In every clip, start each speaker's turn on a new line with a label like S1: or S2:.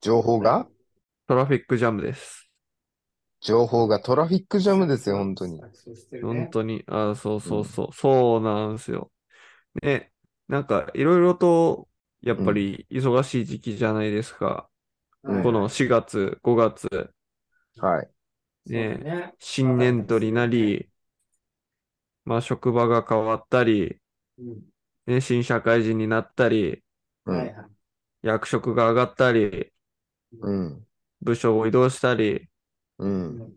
S1: 情報が
S2: トラフィックジャムです。
S1: 情報がトラフィックジャムですよ、本当に。。
S2: 本当に。あそうそうそう。そうなんですよ。ね、なんかいろいろと、やっぱり忙しい時期じゃないです
S1: うん
S2: か。この4月、5月、
S1: はい。
S2: ね新年度になり、まあ職場が変わったり、ね、新社会人になったり、
S1: うん。
S2: 役職が上がったり、
S1: うん。
S2: 部署を移動したり、
S1: うん。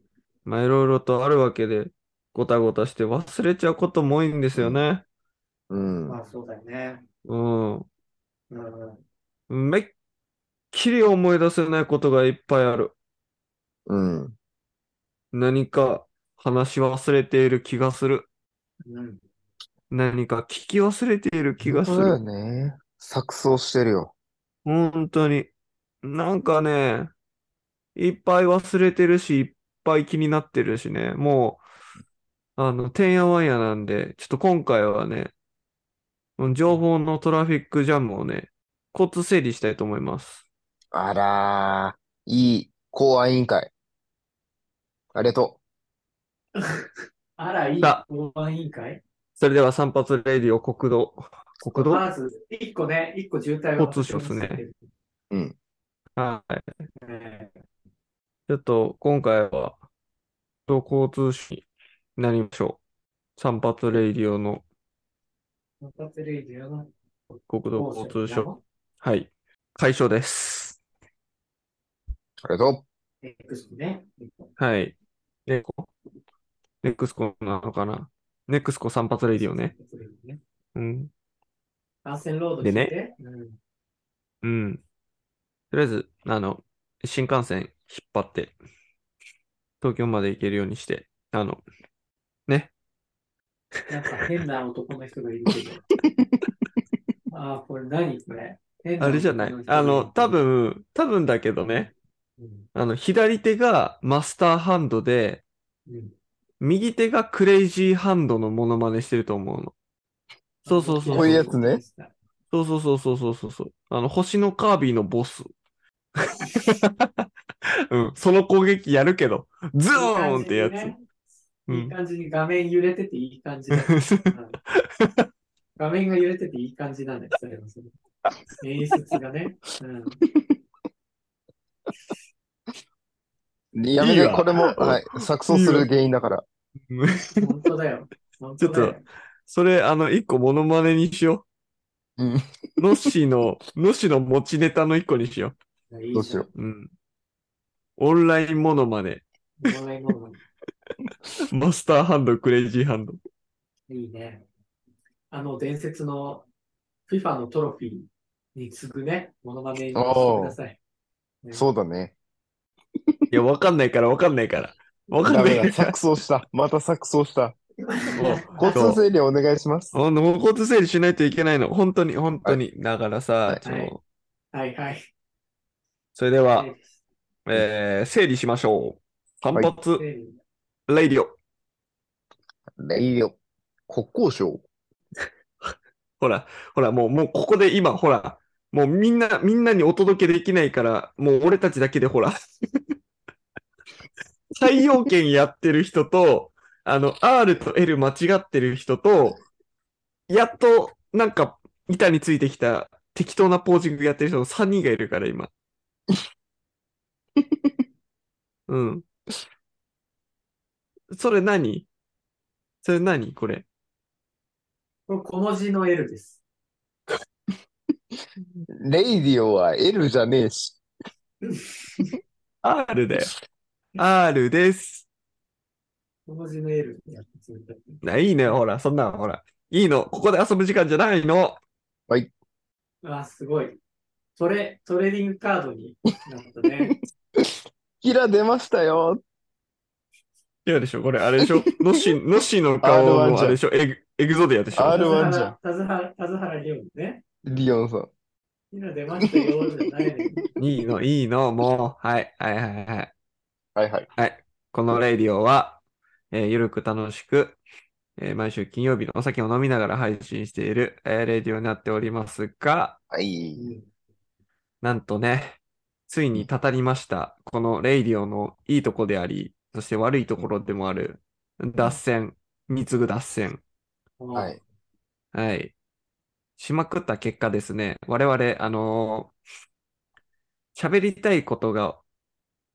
S2: まあいろいろとあるわけで、ごたごたして忘れちゃうことも多いんですよね。
S1: うん。
S3: まあそうだよね。
S2: うん。
S3: うん。
S2: めっきり思い出せないことがいっぱいある。
S1: うん。
S2: 何か話し忘れている気がする。
S3: うん。
S2: 何か聞き忘れている気がす
S1: そうだよ
S2: る。
S1: ね。錯綜してるよ。
S2: 本当に。なんかね、いっぱい忘れてるし、いっぱい気になってるしね。もう、あの、てんやわんやなんで、ちょっと今回はね、情報のトラフィックジャムをね、コツ整理したいと思います。
S1: あらー、いい公安委員会。ありがと
S3: あら、いい
S2: さ
S3: 公安委員会
S2: それでは散髪レディを国道、国道
S3: まず、一個ね、一個渋滞が
S2: 交通省っすねはい。
S3: ね。
S2: ちょっと今回は、交通省になりましょう。散髪レイディオの
S3: またずるいよな。
S2: 国土交通
S3: 交通
S2: 省
S3: 省。
S2: はい。解消です。
S1: う。ありがと
S3: X ね。
S2: はい。ネコネクスコなのかなネクスコ散髪レイディオね。。うん。
S3: 幹線ロード
S2: でね
S3: 聞いて。うん
S2: うん。とりあえず、あの、新幹線引っ張って、東京まで行けるようにして、あの、
S3: なんか変な男の人がいるけ ど。ああ、これ何これ。変
S2: あれじゃない。あの、多。分、多分だけどね、
S3: うん
S2: あの、左手がマスターハンドで、
S3: うん
S2: 右手がクレイジーハンドのモノマネしてると思うの。そうそうそう。
S1: こういうやつね。
S2: そうそうそうそうそうそうそう。あの、星のカービィのボス。 うん、その攻撃やるけど、ズーンってやつ。う
S3: いい
S2: ん。
S3: 感じに画面揺れてていい感じだね。うん画面が揺れてていい感じなんです、それはそれ。演出がね。うん
S1: う。やめ
S2: いい
S1: て、
S2: わ
S1: こ れも、はい、錯綜する原因だから。
S3: 本当だよ。本当だよ。
S2: それ、あの、一個モノマネにしよ
S1: うん。
S2: う。ノッシーの、ノッシーの持ちネタの一個にしよ
S3: いい
S1: どうしよ
S2: う。うん。オンラインモノマネ。
S3: じゃんもらいもの
S2: マスターハンド、クレイジーハンド。
S3: いいね。あの、伝説の FIFA のトロフィーに次ぐね、モノマネにしてください。
S1: う。そうだね。
S2: いや、わかんないから、わかんないから。わかん
S1: ダ
S2: な
S1: メ
S2: い
S1: だ。
S2: から。
S1: 錯綜した。また錯綜した。
S2: もう
S1: 交通整理お願いします。
S2: あの、交通整理しないといけないの。本当に、本当に。だから
S1: は
S2: さ
S1: い、
S2: ちょ
S3: はいはいはい。
S2: それでは、
S3: ね
S2: えー整理しましょう。散
S1: はい
S2: 髪
S3: ね
S2: レイディオ。
S1: レイディオ。国交省。
S2: ほら、ほら、もう、もうここで今、ほら、もうみんな、みんなにお届けできないから、もう俺たちだけでほら、採用権やってる人と、あの、R と L 間違ってる人と、やっと、なんか、板についてきた適当なポージングやってる人の3人がいるから、今。うん。それ何それ何これ。
S3: これ小文字の L です。
S1: レイディオは L じゃねえし。
S2: R だよ。R です。
S3: 小文字の L ってやつ絶対
S2: ないいね、ほら、そんなん、ほら。いいの、ここで遊ぶ時間じゃないの。
S3: あ、すごい。トレ、トレーディングカードになっ たね。
S1: キラ出ましたよ。
S2: いやでしょ、これ、あれで しょ、ノッシー、ノッシーの顔
S1: R1
S2: の
S1: じゃん
S2: あれでしょ、エグエグゾディアでしょ。
S1: R1 R1 じゃん
S3: 田津原、田津原ゲームね。
S1: リオンさん。
S3: 今出ましたよ、じゃないのよ。
S2: いいの、いいの、もう。はい、はい、はい、はい。
S1: はいはい。
S2: このレイディオは、えーゆるく楽しく、えー毎週金曜日のお酒を飲みながら配信している、えーレイディオになっておりますが、
S1: はい。
S3: うん
S2: なんとね、ついに語りました。このレイディオのいいとこであり、そして悪いところでもある、脱線、貢ぐ脱線。
S1: は。
S3: はい
S2: はい。しまくった結果ですね、我々、あのー喋りたいことが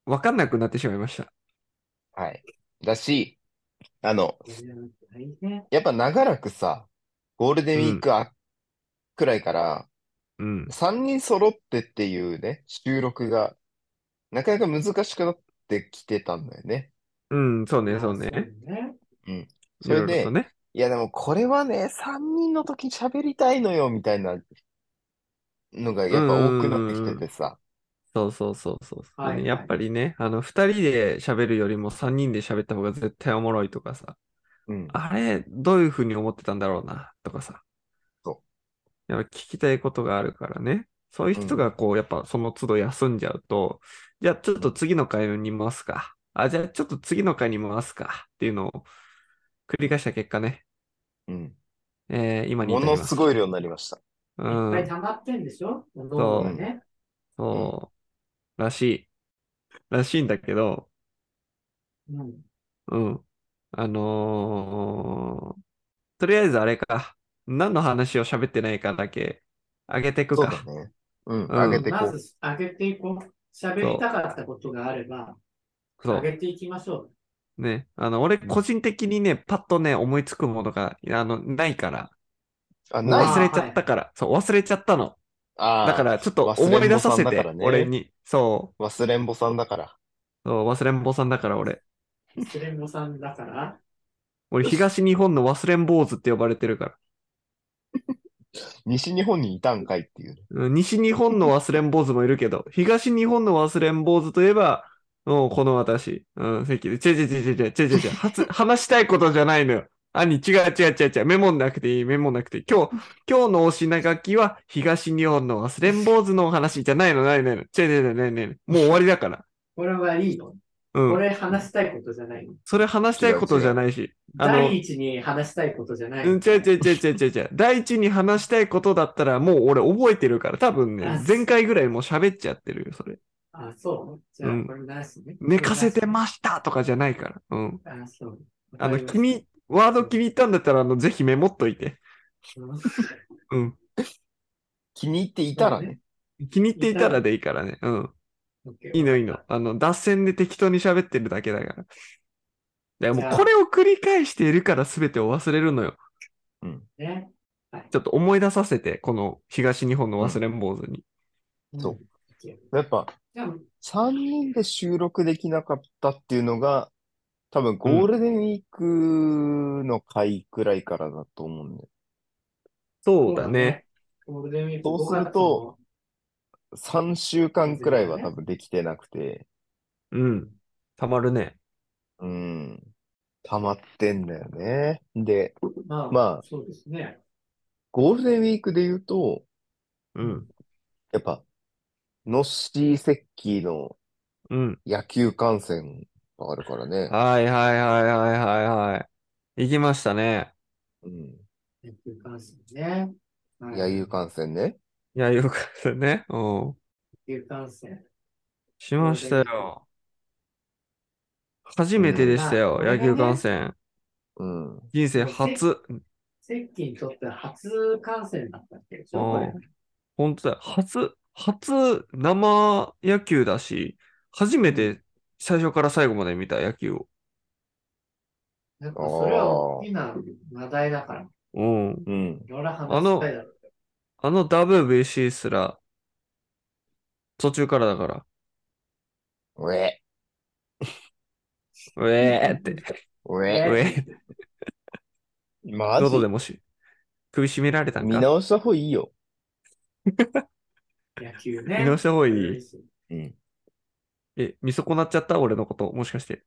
S2: 分かんなくなってしまいました。
S1: はい。だし、あの、
S3: いや大変。
S1: やっぱ長らくさ、ゴールデンウィークあくらいから、
S2: うん。
S1: 3人揃ってっていうね、収録が、なかなか難しくなってきてたんだよね。
S2: うん、そうね、そう
S3: あ
S2: ね。。
S1: それ
S2: いろいろと
S1: で、
S2: ね。
S1: いやでもこれはね、3人の時喋りたいのよ、みたいなのがやっぱ多くなってきててさ。
S2: そうそうそうそうそう、
S3: はいはい
S2: やっぱりね、あの、二人で喋るよりも三人で喋った方が絶対おもろいとかさ、
S1: うん。
S2: あれ、どういうふうに思ってたんだろうな、とかさ。
S1: そ
S2: やっぱ聞きたいことがあるからね。そういう人がこう、やっぱその都度休んじゃうと、じゃあちょっと次の回に回すか。あ、じゃあちょっと次の回に回すか。っていうのを繰り返した結果ね、
S1: うん。
S2: えー今に
S1: も
S2: 至り
S1: の
S2: ます
S1: ごい量になりました。
S2: う
S3: いっぱい
S2: ん、
S3: 溜まってんでしょ脳がね。
S2: そう、らしい。らしいんだけど、
S3: うん。
S2: うん。あのーとりあえずあれか。何の話を喋ってないかだけ上げていく
S1: そう
S2: か。
S1: だね。うん、
S2: うん
S1: 上げてこ
S3: ま
S1: う。
S3: ず上げていこう。喋りたかったことがあれば、
S2: そう
S3: 上げていきましょ
S2: ね。あの、俺個人的にね、パッとね、思いつくものが、あの、ないから。
S1: あ、
S2: もう
S1: ない
S2: 忘れちゃったから。そう、忘れちゃったの。
S1: あー
S2: だから、ちょっと
S1: 忘れんぼ
S2: 思い出さ
S1: さ
S2: せ
S1: んだ
S2: て、
S1: からね
S2: 俺に。そう
S1: 忘れんぼさんだから。
S2: そう、忘れん坊さんだから、俺。
S3: う。失恋もさんだから。
S2: 俺、東日本の忘れん坊主って呼ばれてるから。
S1: 西日本にいたんかいっていう。
S2: うん西日本の忘れん坊主もいるけ ど、東日本の忘れん坊主といえば、もうこの私。うん、関で。ちぇちぇちぇちぇちぇちぇちぇちぇ。は つ話したいことじゃないのよ。兄、違う違う違う違う。メモなくていい、メモなくていい。今日、今日のお品書きは、東日本の忘れん坊主のお話じゃないの、ないの、ないの。ちぇちぇちぇちぇちぇ。もう終わりだから。
S3: これはいいの。
S2: う
S3: こ
S2: ん。
S3: れ話したいことじゃないの。
S2: それ話したいことじゃないし。あの
S3: 第一に話したいことじゃないの。
S2: うん、ちぇちぇちぇちぇちぇ ちぇ。第一に話したいことだったら、もう俺覚えてるから、多分ね
S3: あ、
S2: 前回ぐらいもう喋っちゃってるよ、それ。
S3: あ、そう。じゃ
S2: う
S3: あ、
S2: ん
S3: これなしね。
S2: 寝かせてましたとかじゃないから。うん。
S3: す。あ、そう。
S2: あの、
S3: わかり
S2: 気
S3: ま
S2: に、ワード気に入ったんだったら、あの、ぜひメモっといて。
S3: した
S2: うん。
S1: 気に入っていたらね。
S2: 気に入っていたらでいいからね。うん。
S3: うん
S2: いいのいいの。あの、脱線で適当に喋ってるだけだから。でも
S3: じ
S2: う
S3: ゃあ
S2: これを繰り返しているから全てを忘れるのよ。
S3: ね。。
S2: ちょっと思い出させて、この東日本の忘れん坊主に。
S1: そうんやっぱ、
S3: じゃあ、
S1: 3人で収録できなかったっていうのが、多分ゴールデンウィークの回くらいからだと思うんで。
S2: そうだね。。
S3: ゴールデンウィーク
S1: そうすると、3週間くらいは多分できてなくて、
S2: うん。たまるね。
S1: うん。溜まってんだよね。で、
S3: 五月のまあ、
S1: まあ
S3: そうですね。
S1: ゴールデンウィークで言うと、
S2: うん。
S1: やっぱ、ノッシー・セッキーの
S2: うん。
S1: 野球観戦があるからね。
S2: はいはいはいはいはいはい。行きましたね。
S1: うん。
S3: 野球観戦ね。はい
S1: 野球観戦ね。
S2: いや、よかったね。うん。
S3: 野球観戦。
S2: しましたよ。初めてでしたよ、
S3: うん
S2: 野球観戦。
S1: うん。
S2: 人生初。
S3: セッキーにとっては初観戦だったわけでしょ、こ
S2: う
S3: れ
S2: ん。本当だよ。初、初生野球だし、初めて最初から最後まで見た野球を。
S3: なんかそれは大きな話題だから、い
S2: うん。
S1: うん。
S3: ろいろ話したいだろうけど
S2: あの WBC すら、途中からだから。
S1: うえ、
S2: うえーって、
S1: う
S2: う
S1: え、
S2: えーって、
S1: マジ
S2: 喉でもし、首絞められたん
S1: 見
S2: か。
S1: 直した方がいいよ。
S3: 野球ね。
S2: 見直した方がいい
S1: うん。
S2: え、見損なっちゃった俺のこと。もしかして。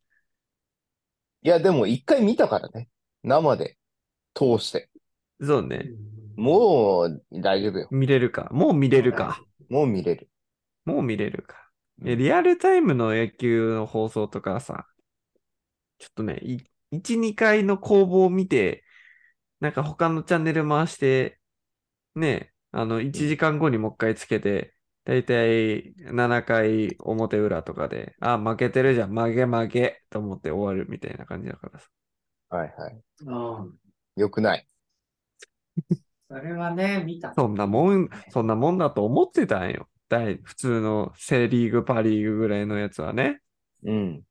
S1: いや、でも一回見たからね。生で、通して。
S2: そう
S3: う
S2: ね。
S3: ん
S1: もう、大丈夫よ。
S2: 見れるか。もう見れるか。
S1: もう見れる。
S2: もう見れるか。
S1: うん
S2: え、リアルタイムの野球の放送とかさ、ちょっとね、い1、2回の攻防を見て、なんか他のチャンネル回して、ね、あの、1時間後にもう一回つけて、大体7回表裏とかで、あ、負けてるじゃん、負け負けと思って終わるみたいな感じだからさ。
S1: はいはい。
S3: ああ、
S1: よくない。
S3: それはね、見た。
S2: そんなもん、そんなもんだと思ってたんよ。大普通のセ・リーグ、パ・リーグぐらいのやつはね。
S1: うん。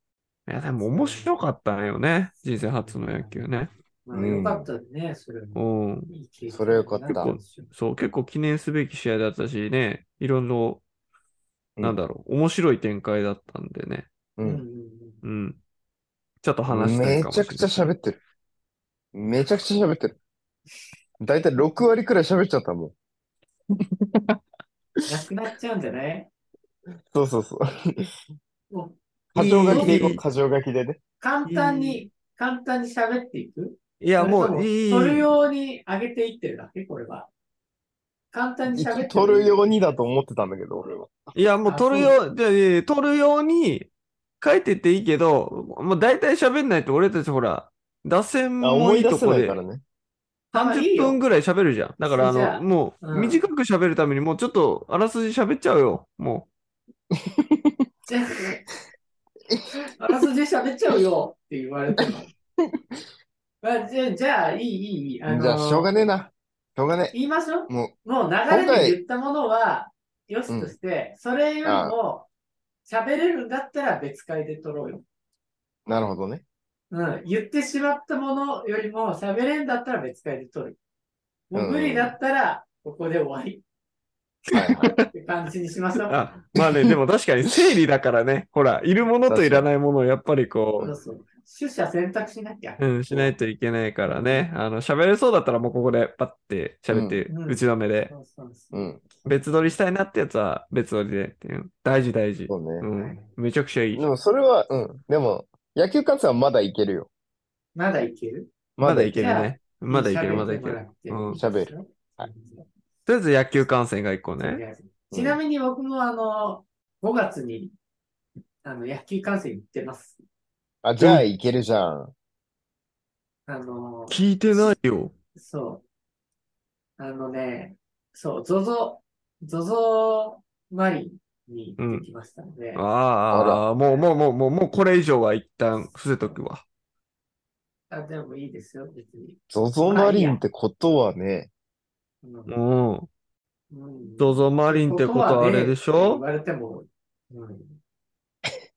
S2: いや、でも面白かったんよね。人生初の野球ね。
S3: まあ、よかったね、それ
S2: う
S3: も。
S2: ん。
S3: いい経験
S1: それはよかった
S3: になんですよ
S2: そう、結構記念すべき試合だったしね、いろいろ、
S1: うん
S2: なんだろう、面白い展開だったんでね。
S1: う
S3: うんうん
S1: ん。
S3: うん
S2: うん。ちょっと話したい
S1: め
S2: かもし
S1: ち
S2: れ
S1: ゃ
S2: ない。
S1: くちゃ喋ってる。めちゃくちゃ喋ってる。だいたい6割くらい喋っちゃったもん。
S3: なくなっちゃうんじゃない
S1: そうそうそう。
S3: もう
S1: 箇条書きでいこ、
S2: いうい
S1: 箇条書きでね。
S3: 簡単
S2: い
S3: に、簡単に喋っていく
S2: いや、も
S3: それと
S2: ういい。
S3: 取るように上げていってるだけ、これは。簡単に喋って
S1: 取るようにだと思ってたんだけど、俺は。
S2: いや、もう
S3: あ
S2: 取るよう、じゃあいやいや取るように書いてっていいけど、もう大体喋んないと俺たちほら、打線
S1: あ、
S2: も
S1: 思い
S2: いい
S1: 出
S2: と
S1: せ
S2: こ
S1: ない
S2: で
S1: からね。
S3: まあ
S2: 30
S3: いい よ
S2: 分ぐらい喋るじゃん。だから、あ
S3: じゃあ
S2: の、も
S3: う
S2: うん短く喋るためにもうちょっとあらすじ喋っちゃうよ。も
S3: じゃああらすじ喋っちゃうよって言われ ても。あじゃあ、じゃあいい、いい、いい。あの
S1: じゃあ、しょうがねえな。しょうがね
S3: 言いましょう
S1: え。。も
S3: もう流れで言ったものは、よしとして、それよりも、喋れるんだったら別会で撮ろうよ。
S1: う、なるほどね。
S3: うん。言ってしまったものよりも、喋れるんだったら別会で撮る。もう無理だったら、ここで終わり
S1: はいはい。
S3: って感じにしまし
S2: う。
S3: ょう。
S2: あ、まあね、でも確かに整理だからね。 ほら、いるものといらないものをやっぱりこ
S3: そう
S2: う、
S3: そう。取捨選択しなきゃ。
S2: うん、しないといけないからね。あの、喋れそうだったらもうここでパッて喋って
S3: うん、
S2: 打ち止めで。
S3: そうそうそう。
S1: うん。
S2: 別撮りしたいなってやつは別撮りでっていう。大事大事。
S1: そうね。
S2: うん。めちゃくちゃいい
S1: で。も、それは、うん。でも、野球観戦はまだいけるよ。
S3: まだいける
S2: まだいけ
S1: る。
S2: るね。まだいける、まだいけ
S3: 喋
S2: る。
S3: ってもらって
S1: うん喋る。
S3: はい
S2: とりあえず野球観戦が一個ね。
S3: ちなみに僕もあの、5月に、あの、野球観戦行ってます。
S1: あ、じゃあ、いけるじゃん。
S3: あの、
S2: 聞いてないよ。
S3: そう。あのね、そう、ゾゾ、ゾゾマリンに行ってきましたので、
S2: ああ、もうもうもうもうもうこれ以上は一旦伏せとくわ。
S3: あ、でもいいですよ、別に。
S1: ゾゾマリンってことはね、
S3: うん
S2: うん。
S3: うん
S2: ゾゾマリンってことはあれでし
S3: 言
S2: ょ
S3: われても、うん。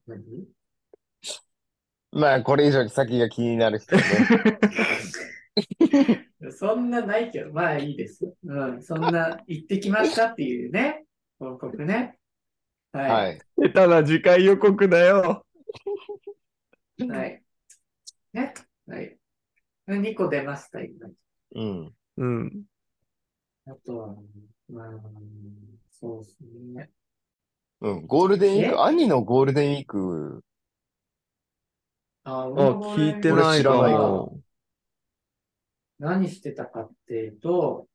S3: 何
S1: まあ、これ以上先が気になる人ね。
S3: そんなないけど、まあいいですよ。うん、そんな、行ってきましたっていうね、報告ね。は。
S1: はいい。
S2: ただ次回予告だよ。
S3: はい。ね。はい。2個出ました、今。
S1: うん。
S2: うん。
S3: あとは、まあ、そうですね。
S1: うん。ゴールデンウィー
S3: え
S1: ク、兄のゴールデンウィーク、
S3: あ、
S2: あ、
S3: 俺もね
S2: 聞いてないか
S1: 俺知らない
S2: も。
S3: 何してたかっていうと、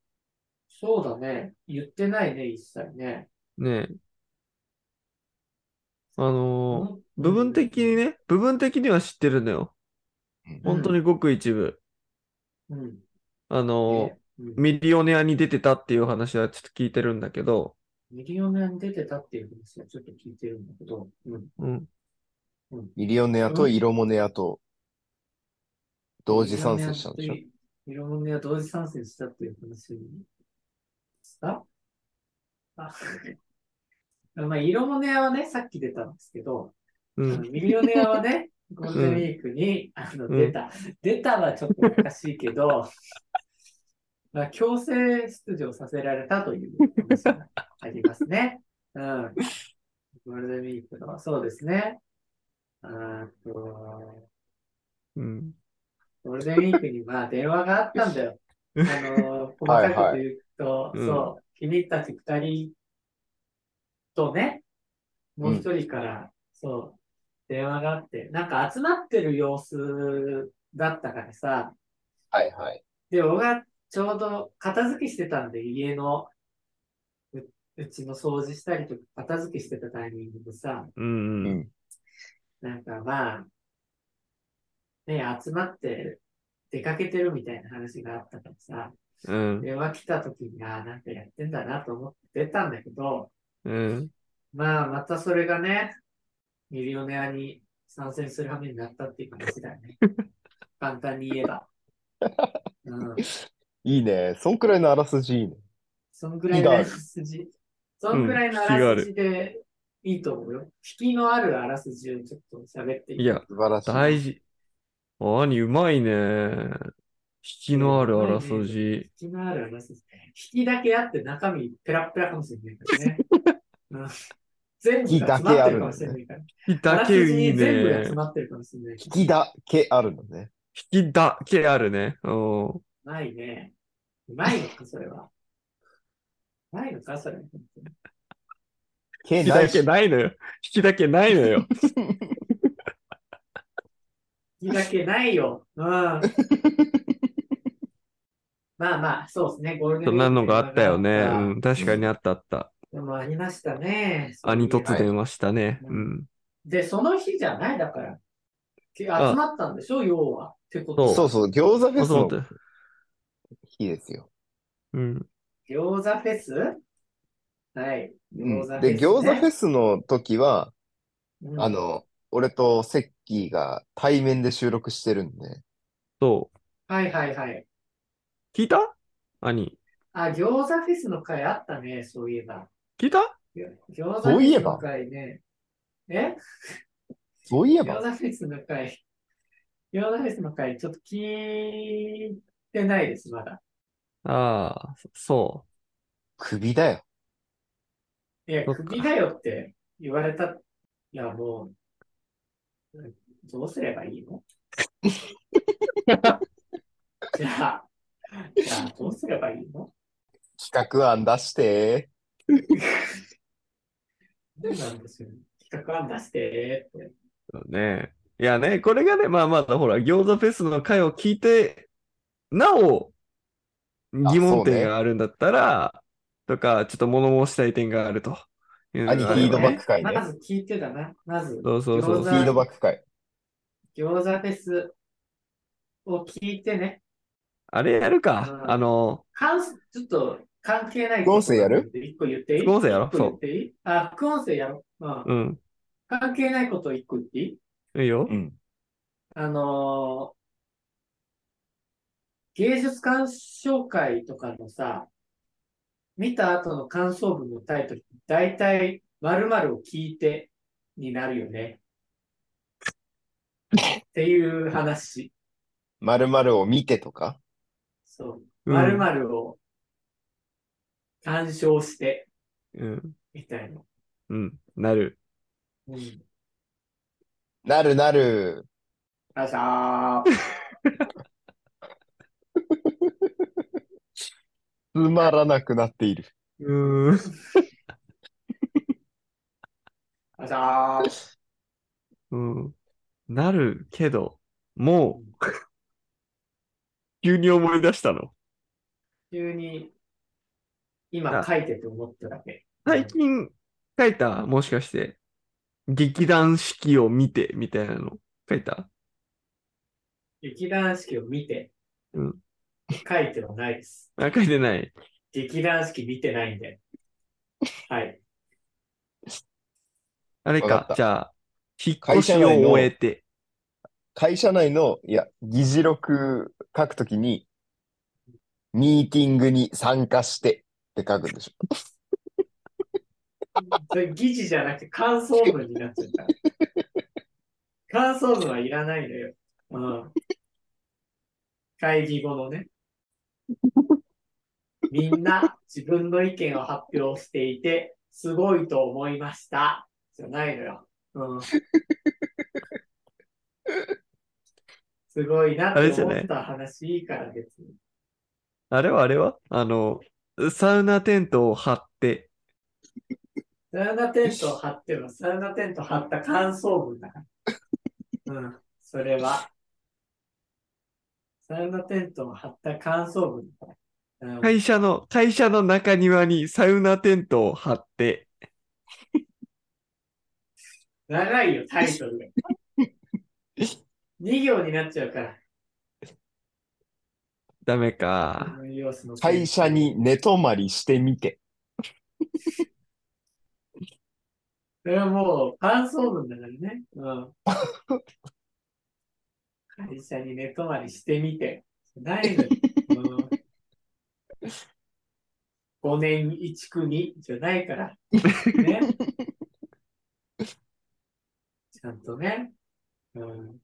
S3: そうだね。言ってないね、一切ね。
S2: ねえ。あのー部分的にね、部分的には知ってるのよ。本当にごく一部。
S3: うん。
S2: あのー
S3: ねうん
S2: ミリオネアに出てたっていう話はちょっと聞いてるんだけど、
S3: ミリオネアに出てたっていう話はちょっと聞いてるんだけど、うん。
S2: うん、
S1: ミリオネアとイロモネアと、同時参戦したんでしょ
S3: ミリオネア同時参戦したっていう話ですかあ まあ、イロモネアはね、さっき出たんですけど、
S2: う
S3: あの
S2: ん、
S3: ミリオネアはね、ゴールデンウィークに、あの
S2: うん
S3: 出た、出たはちょっとおかしいけど、 まあ、強制出場させられたという話がありますね。うん。ゴールデンウィークの、そうですね。あと、
S2: うん。
S3: ゴールデンウィークにまあ電話があったん だよ。あの、細かいこと言うと、
S2: いはい
S3: そう、君たち二人とね、もう一人から、そう、電話があって、なんか集まってる様子だったからさ、
S1: はいはい。
S3: で、俺がちょうど片付けしてたんで、家の、ううちの掃除したりとか、片付けしてたタイミングでさ、
S2: うん、うん。
S3: なんかまあ、ね、集まって出かけてるみたいな話があったからさ、
S2: うん。
S3: 電話来た時に、ああ、なんかやってんだなと思って出たんだけど、
S2: うん。
S3: まあ、またそれがね、ミリオネアに参戦する羽目になったっていう話だよ ね。簡単に言えば。うん。
S1: いいね。そんくらいのあらすじいいね。
S3: そんくらいのあらすじ。そんくらいのあらすじでいいと思うよ。引きのあるあらすじをちょっと喋ってい
S2: いや、
S1: 素晴らしい。
S2: 大事。兄、うまいね。引きのあるあらすじ。
S3: 引きのあるあらすじ。引きだけあって中身ペラッペラかもしれないから ね。うん全部が詰まってるかもしれないから。
S2: 引き
S3: あ
S2: だ
S3: ら
S2: け
S3: すじ
S2: いい
S3: に全部が
S2: ね
S3: 詰。まってるかもしれないから。
S1: 引きだけあるのね。
S2: 引きだけあるね。うん。
S3: うまいね。うまいのか、それは。うまいのか、それ。
S1: け
S2: 引き
S1: ない
S2: だ
S1: し
S2: けないのよ。引きだけないのよ。
S3: 引きだけないよ。 うん。まあまあ、そうですね。ゴールデン
S2: そ
S3: ウィ
S2: ん
S3: ー
S2: な
S3: ク
S2: のがあったよね。
S3: が
S2: うん。確かにあったあった。
S3: でもありましたね。
S2: 兄
S3: そういえば
S2: 突然ましたね。
S3: はいう
S2: うんん。
S3: で、その日じゃない、だから。け集
S2: あ
S3: まったんでしょ、要は。ってこと
S1: そうそう、餃子フェ
S2: あ
S1: ス
S2: そう
S1: の
S2: だった。
S1: 日ですよ。
S2: うん。
S3: 餃子フェスはい。
S1: うん
S3: 餃子フェス
S1: で、
S3: ね
S1: 餃子フェスの時は、
S3: うん
S1: あ、の、俺とセッキーが対面で収録してるんで、
S2: そう。
S3: はいはいはい。
S2: 聞いた兄。
S3: あ、餃子フェスの会あったね、そういえば。
S2: 聞いた
S3: 餃子フ
S1: そういえ
S3: ェスの
S1: ば
S3: 会ね。え
S1: そういえ
S3: 餃
S1: ば、
S3: 子フェスの会。餃子フェスの会、ちょっと聞いてないです、まだ。
S2: ああ、そ
S1: 首だよ。
S3: いや、
S2: そっか
S3: 首だよって言われたらもう、どうすればい いのじゃあ、じゃあどうすればいいの
S1: 企画案出して、
S3: そうなんですよ。企画案出してって。
S2: う。ねいやね、これがね、まあまだほら、餃子フェスの回を聞いて、なお、疑問
S1: そうね
S2: 点があるんだったら、とか、ちょっと物申したい点があるというの
S1: 兄
S2: が
S1: フ
S2: あればね。
S1: ィードバック会ね。
S3: まず聞いてたな。まず、
S2: そうそうそう
S1: フ
S3: 餃
S1: ィード
S3: 子、
S1: バック会。
S3: 餃子フェスを聞いてね。
S2: あれやるか。
S3: うん
S2: あの、
S3: 関すちょっと関係ない。
S1: 副音声やる
S3: 一個言っていい
S2: 副音声やろ
S3: 一個言っていいあ、副音声やろ。うん。
S2: うん。
S3: 関係ないこと一個言っていい
S2: いいよ
S1: う。ん。
S3: あのー芸術鑑賞会とかのさ、見た後の感想文のタイトル、だいたい〇〇を聞いてになるよね。っていう話。
S1: 〇〇を見てとか、
S3: そう。
S2: うん
S3: 〇〇を鑑賞して、
S2: うん。
S3: みたいな。
S2: うん。なる。
S3: うん。
S1: なるなる、
S3: あしゃー。
S1: つまらなくなっている。
S2: うーん。
S3: あしゃー。
S2: うん。なるけど、もう、急に思い出したの。
S3: 急に、今書いてて思っただけ。
S2: 最近書いたもしかして、劇団四季を見て、みたいなの。書いた
S3: 劇団四季を見て、
S2: うん
S3: 書いてはないです。
S2: あ、書いてない。
S3: 劇団四季見てないんで。はい。
S2: あれ
S1: わかっ
S2: か。
S1: た
S2: じゃあ、引っ
S1: 会
S2: 越
S1: 社
S2: しを
S1: 内の
S2: 終えて。
S1: 会社内の、いや、議事録書くときに、ミーティングに参加してって書くんでしょ。
S3: それ、議事じゃなくて感想文になっちゃった。感想文はいらないのよ。うん。会議後のね。みんな自分の意見を発表していて、すごいと思いました。じゃないのよ。うん。すごいな
S2: あれ
S3: っ
S2: じ
S3: て
S2: ゃ
S3: 思
S2: ない
S3: った話いいから別に。
S2: あれはあれはあの、サウナテントを張って。
S3: サウナテントを張っては、サウナテント張った感想文だから。うん、それは。サウナテントを張った感想文だから。うん
S2: 会社の、会社の中庭にサウナテントを張って、
S3: 長いよ、タイトルが。2行になっちゃうから。
S2: ダメか。
S3: この様子の
S1: 会社に寝泊まりしてみて。
S3: それはもう感想文だからね。 うん。会社に寝泊まりしてみて。ないのよ。 うん、5年1組じゃない から。ね。ちゃんとね。うん。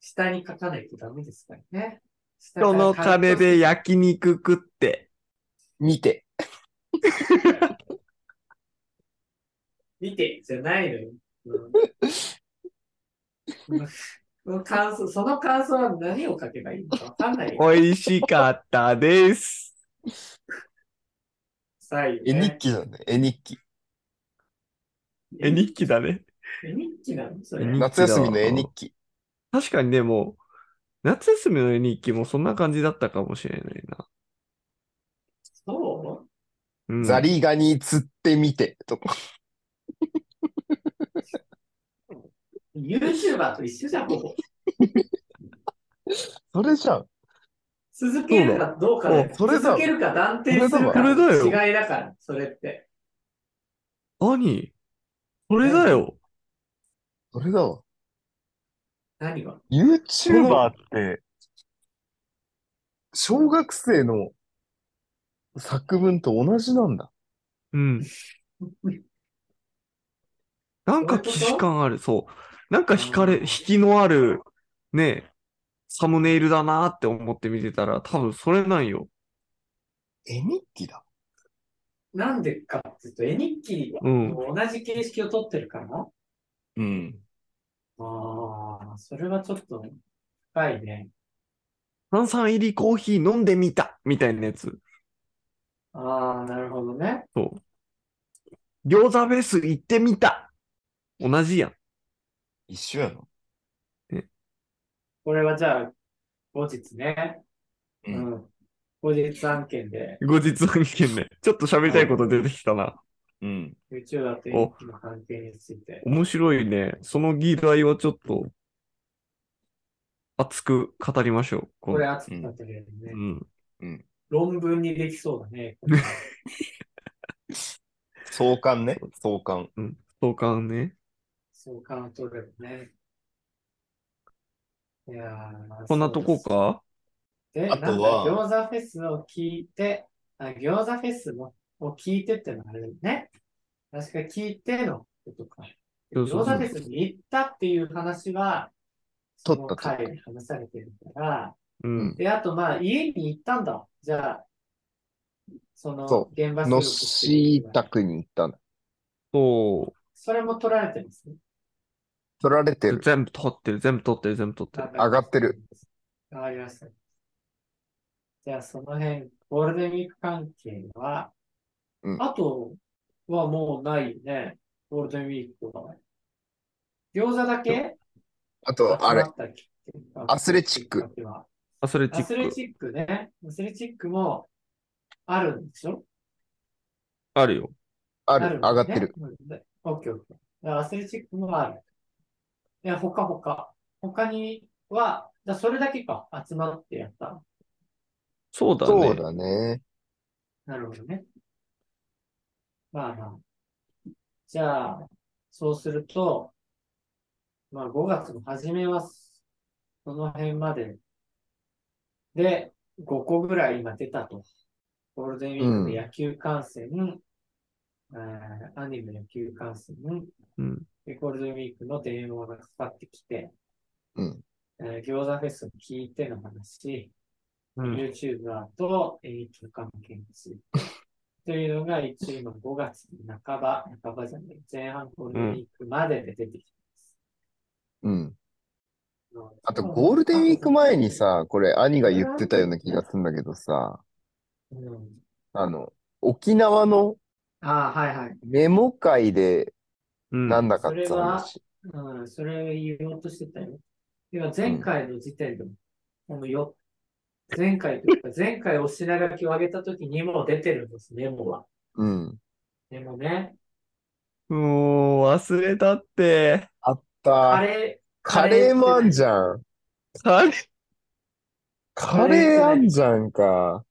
S3: 下に書かないとダメですからね。下から
S2: 人の金で
S3: や
S2: 焼肉食って。
S1: 見て。
S3: 見てじゃないのよ。うんその感想、その感想は何を書けばいいのかわかんないよ。
S2: 美味しかったです。
S3: さいよ
S1: 絵日
S3: ね。
S1: 記なんだね。絵日記。
S2: 絵日記だね。
S3: 絵日記なのそ
S2: 絵
S3: れ
S2: 日記。
S1: 夏休みの絵日記。
S2: 確かにね、もう、夏休みの絵日記もそんな感じだったかもしれないな。
S3: そ
S2: うん、
S1: ザリガニ釣ってみて。とか。
S3: う ?YouTuber と一緒じゃん、ほぼ。
S1: それじゃん。
S3: 続けるかどうかだよ
S1: そうだおそれだ
S3: 続けるか断定するか
S1: そ
S2: れだよ
S3: の違いだから、それって。
S2: 何これだよ。
S1: それだわ。
S3: 何が
S1: YouTuber って、小学生の作文と同じなんだ。
S2: うん。なんか既視感ある、そう。なんか惹かれ、
S3: うん
S2: 引きのある、ね、サムネイルだなって思って見てたら、多分それなんよ。
S1: 絵日記だ。
S3: なんでかっていうと、絵日記
S2: うん。
S3: と同じ形式を取ってるからな。
S1: うん。
S3: ああ、それはちょっと深いね。
S2: 炭酸入りコーヒー飲んでみたみたいなやつ。
S3: ああ、なるほどね。
S2: そう。餃子ベース行ってみた同じやん。
S1: 一緒やな。
S3: これはじゃあ、後日ね。
S1: う
S3: うんん。後日案件で、
S2: 後日案件ね。ちょっと喋りたいこと出てきたな。
S1: うん。
S3: YouTuber と演劇の関係について。
S2: 面白いね。その議題はちょっと、熱く語りましょう。こ
S3: これ
S2: の
S3: 熱くなってくれるね
S2: う。ん。
S3: 論文にできそうだね。
S1: 相関ね。相関。
S2: うん。相関ね。
S3: そう感を取れるね。いやー
S2: こんなとこ。か
S3: そうですで、
S1: あとは
S3: なんだ餃子フェスを聞いて、あ餃子フェスのを聞いてってのはあれだよね。確か聞いてのことか。
S2: そうそうそう
S3: 餃子フェスに行ったっていう話は、そ
S1: 取っ
S3: の
S1: た取った
S3: 回で話されてるから、
S2: うん。
S3: で、あとまあ家に行ったんだ。じゃあ、その
S1: そ
S3: 現場収
S1: の
S3: 録してる
S1: し
S3: 時は
S1: たくに行ったの。
S2: そ
S3: それも取られてますね。
S1: 取られて
S2: う。
S1: る。
S2: 全部取ってる、全部取ってる、全部取ってる。
S3: 上
S1: がってる。
S3: 上がりました。じゃあ、その辺、ゴールデンウィーク関係は、
S1: うん
S3: あとはもうないよね。ゴールデンウィークは。餃子だけ
S1: あと、あれ
S3: 集ま。ったっけ
S1: アスレチック。
S2: アスレチ
S3: ア
S2: ッ
S3: スレ
S2: ク。
S3: チックね。アスレチックもあるんでしょ
S2: あるよ。
S1: あ
S3: あ
S1: る。
S3: んだ
S1: 上
S3: よ
S1: がってる。。
S3: うんでオッケーオッケー。だからアスレチックもある。いや、ほかほか。ほかには、だそれだけか、集まってやった。
S2: そうだ
S1: そう
S2: ね。
S1: だね。
S3: なるほどね。まあまあ。じゃあ、そうすると、まあ5月の初めは、その辺まで。で、5個ぐらい今出たと。ゴールデンウィークで野球観戦、えーアニメ野球観戦、
S2: うん。
S3: でゴールデンウィークの電話がかかってきて、
S1: うん。
S3: えー餃子フェスを聞いての話、
S2: うん。
S3: YouTuber と演劇の関係について。というのが一応今5月の半ば、半ばじゃない、前半ゴールデンウィークまでで出てきて
S1: うん。
S3: ます。
S1: あと、ゴールデンウィーク前に、さ、これ、兄が言ってたような気がするんだけどさ、
S3: うん、
S1: あの、沖縄の
S3: ああ、はいはい、
S1: メモ会で
S2: うん。
S1: なんだかって話。
S3: うん。それを言おうとしてたよ。では前回の時点でも、このよ、前回というか、前回お品書きを上げたときにもう出てるんです、メモは。
S1: うん。
S3: メモね。
S2: もう、忘れたって。
S1: あっ
S3: カ
S1: た。
S3: レ
S1: カレーもあんじ
S3: ん。
S1: ゃん。
S2: あれ
S1: カレーあんじゃんか。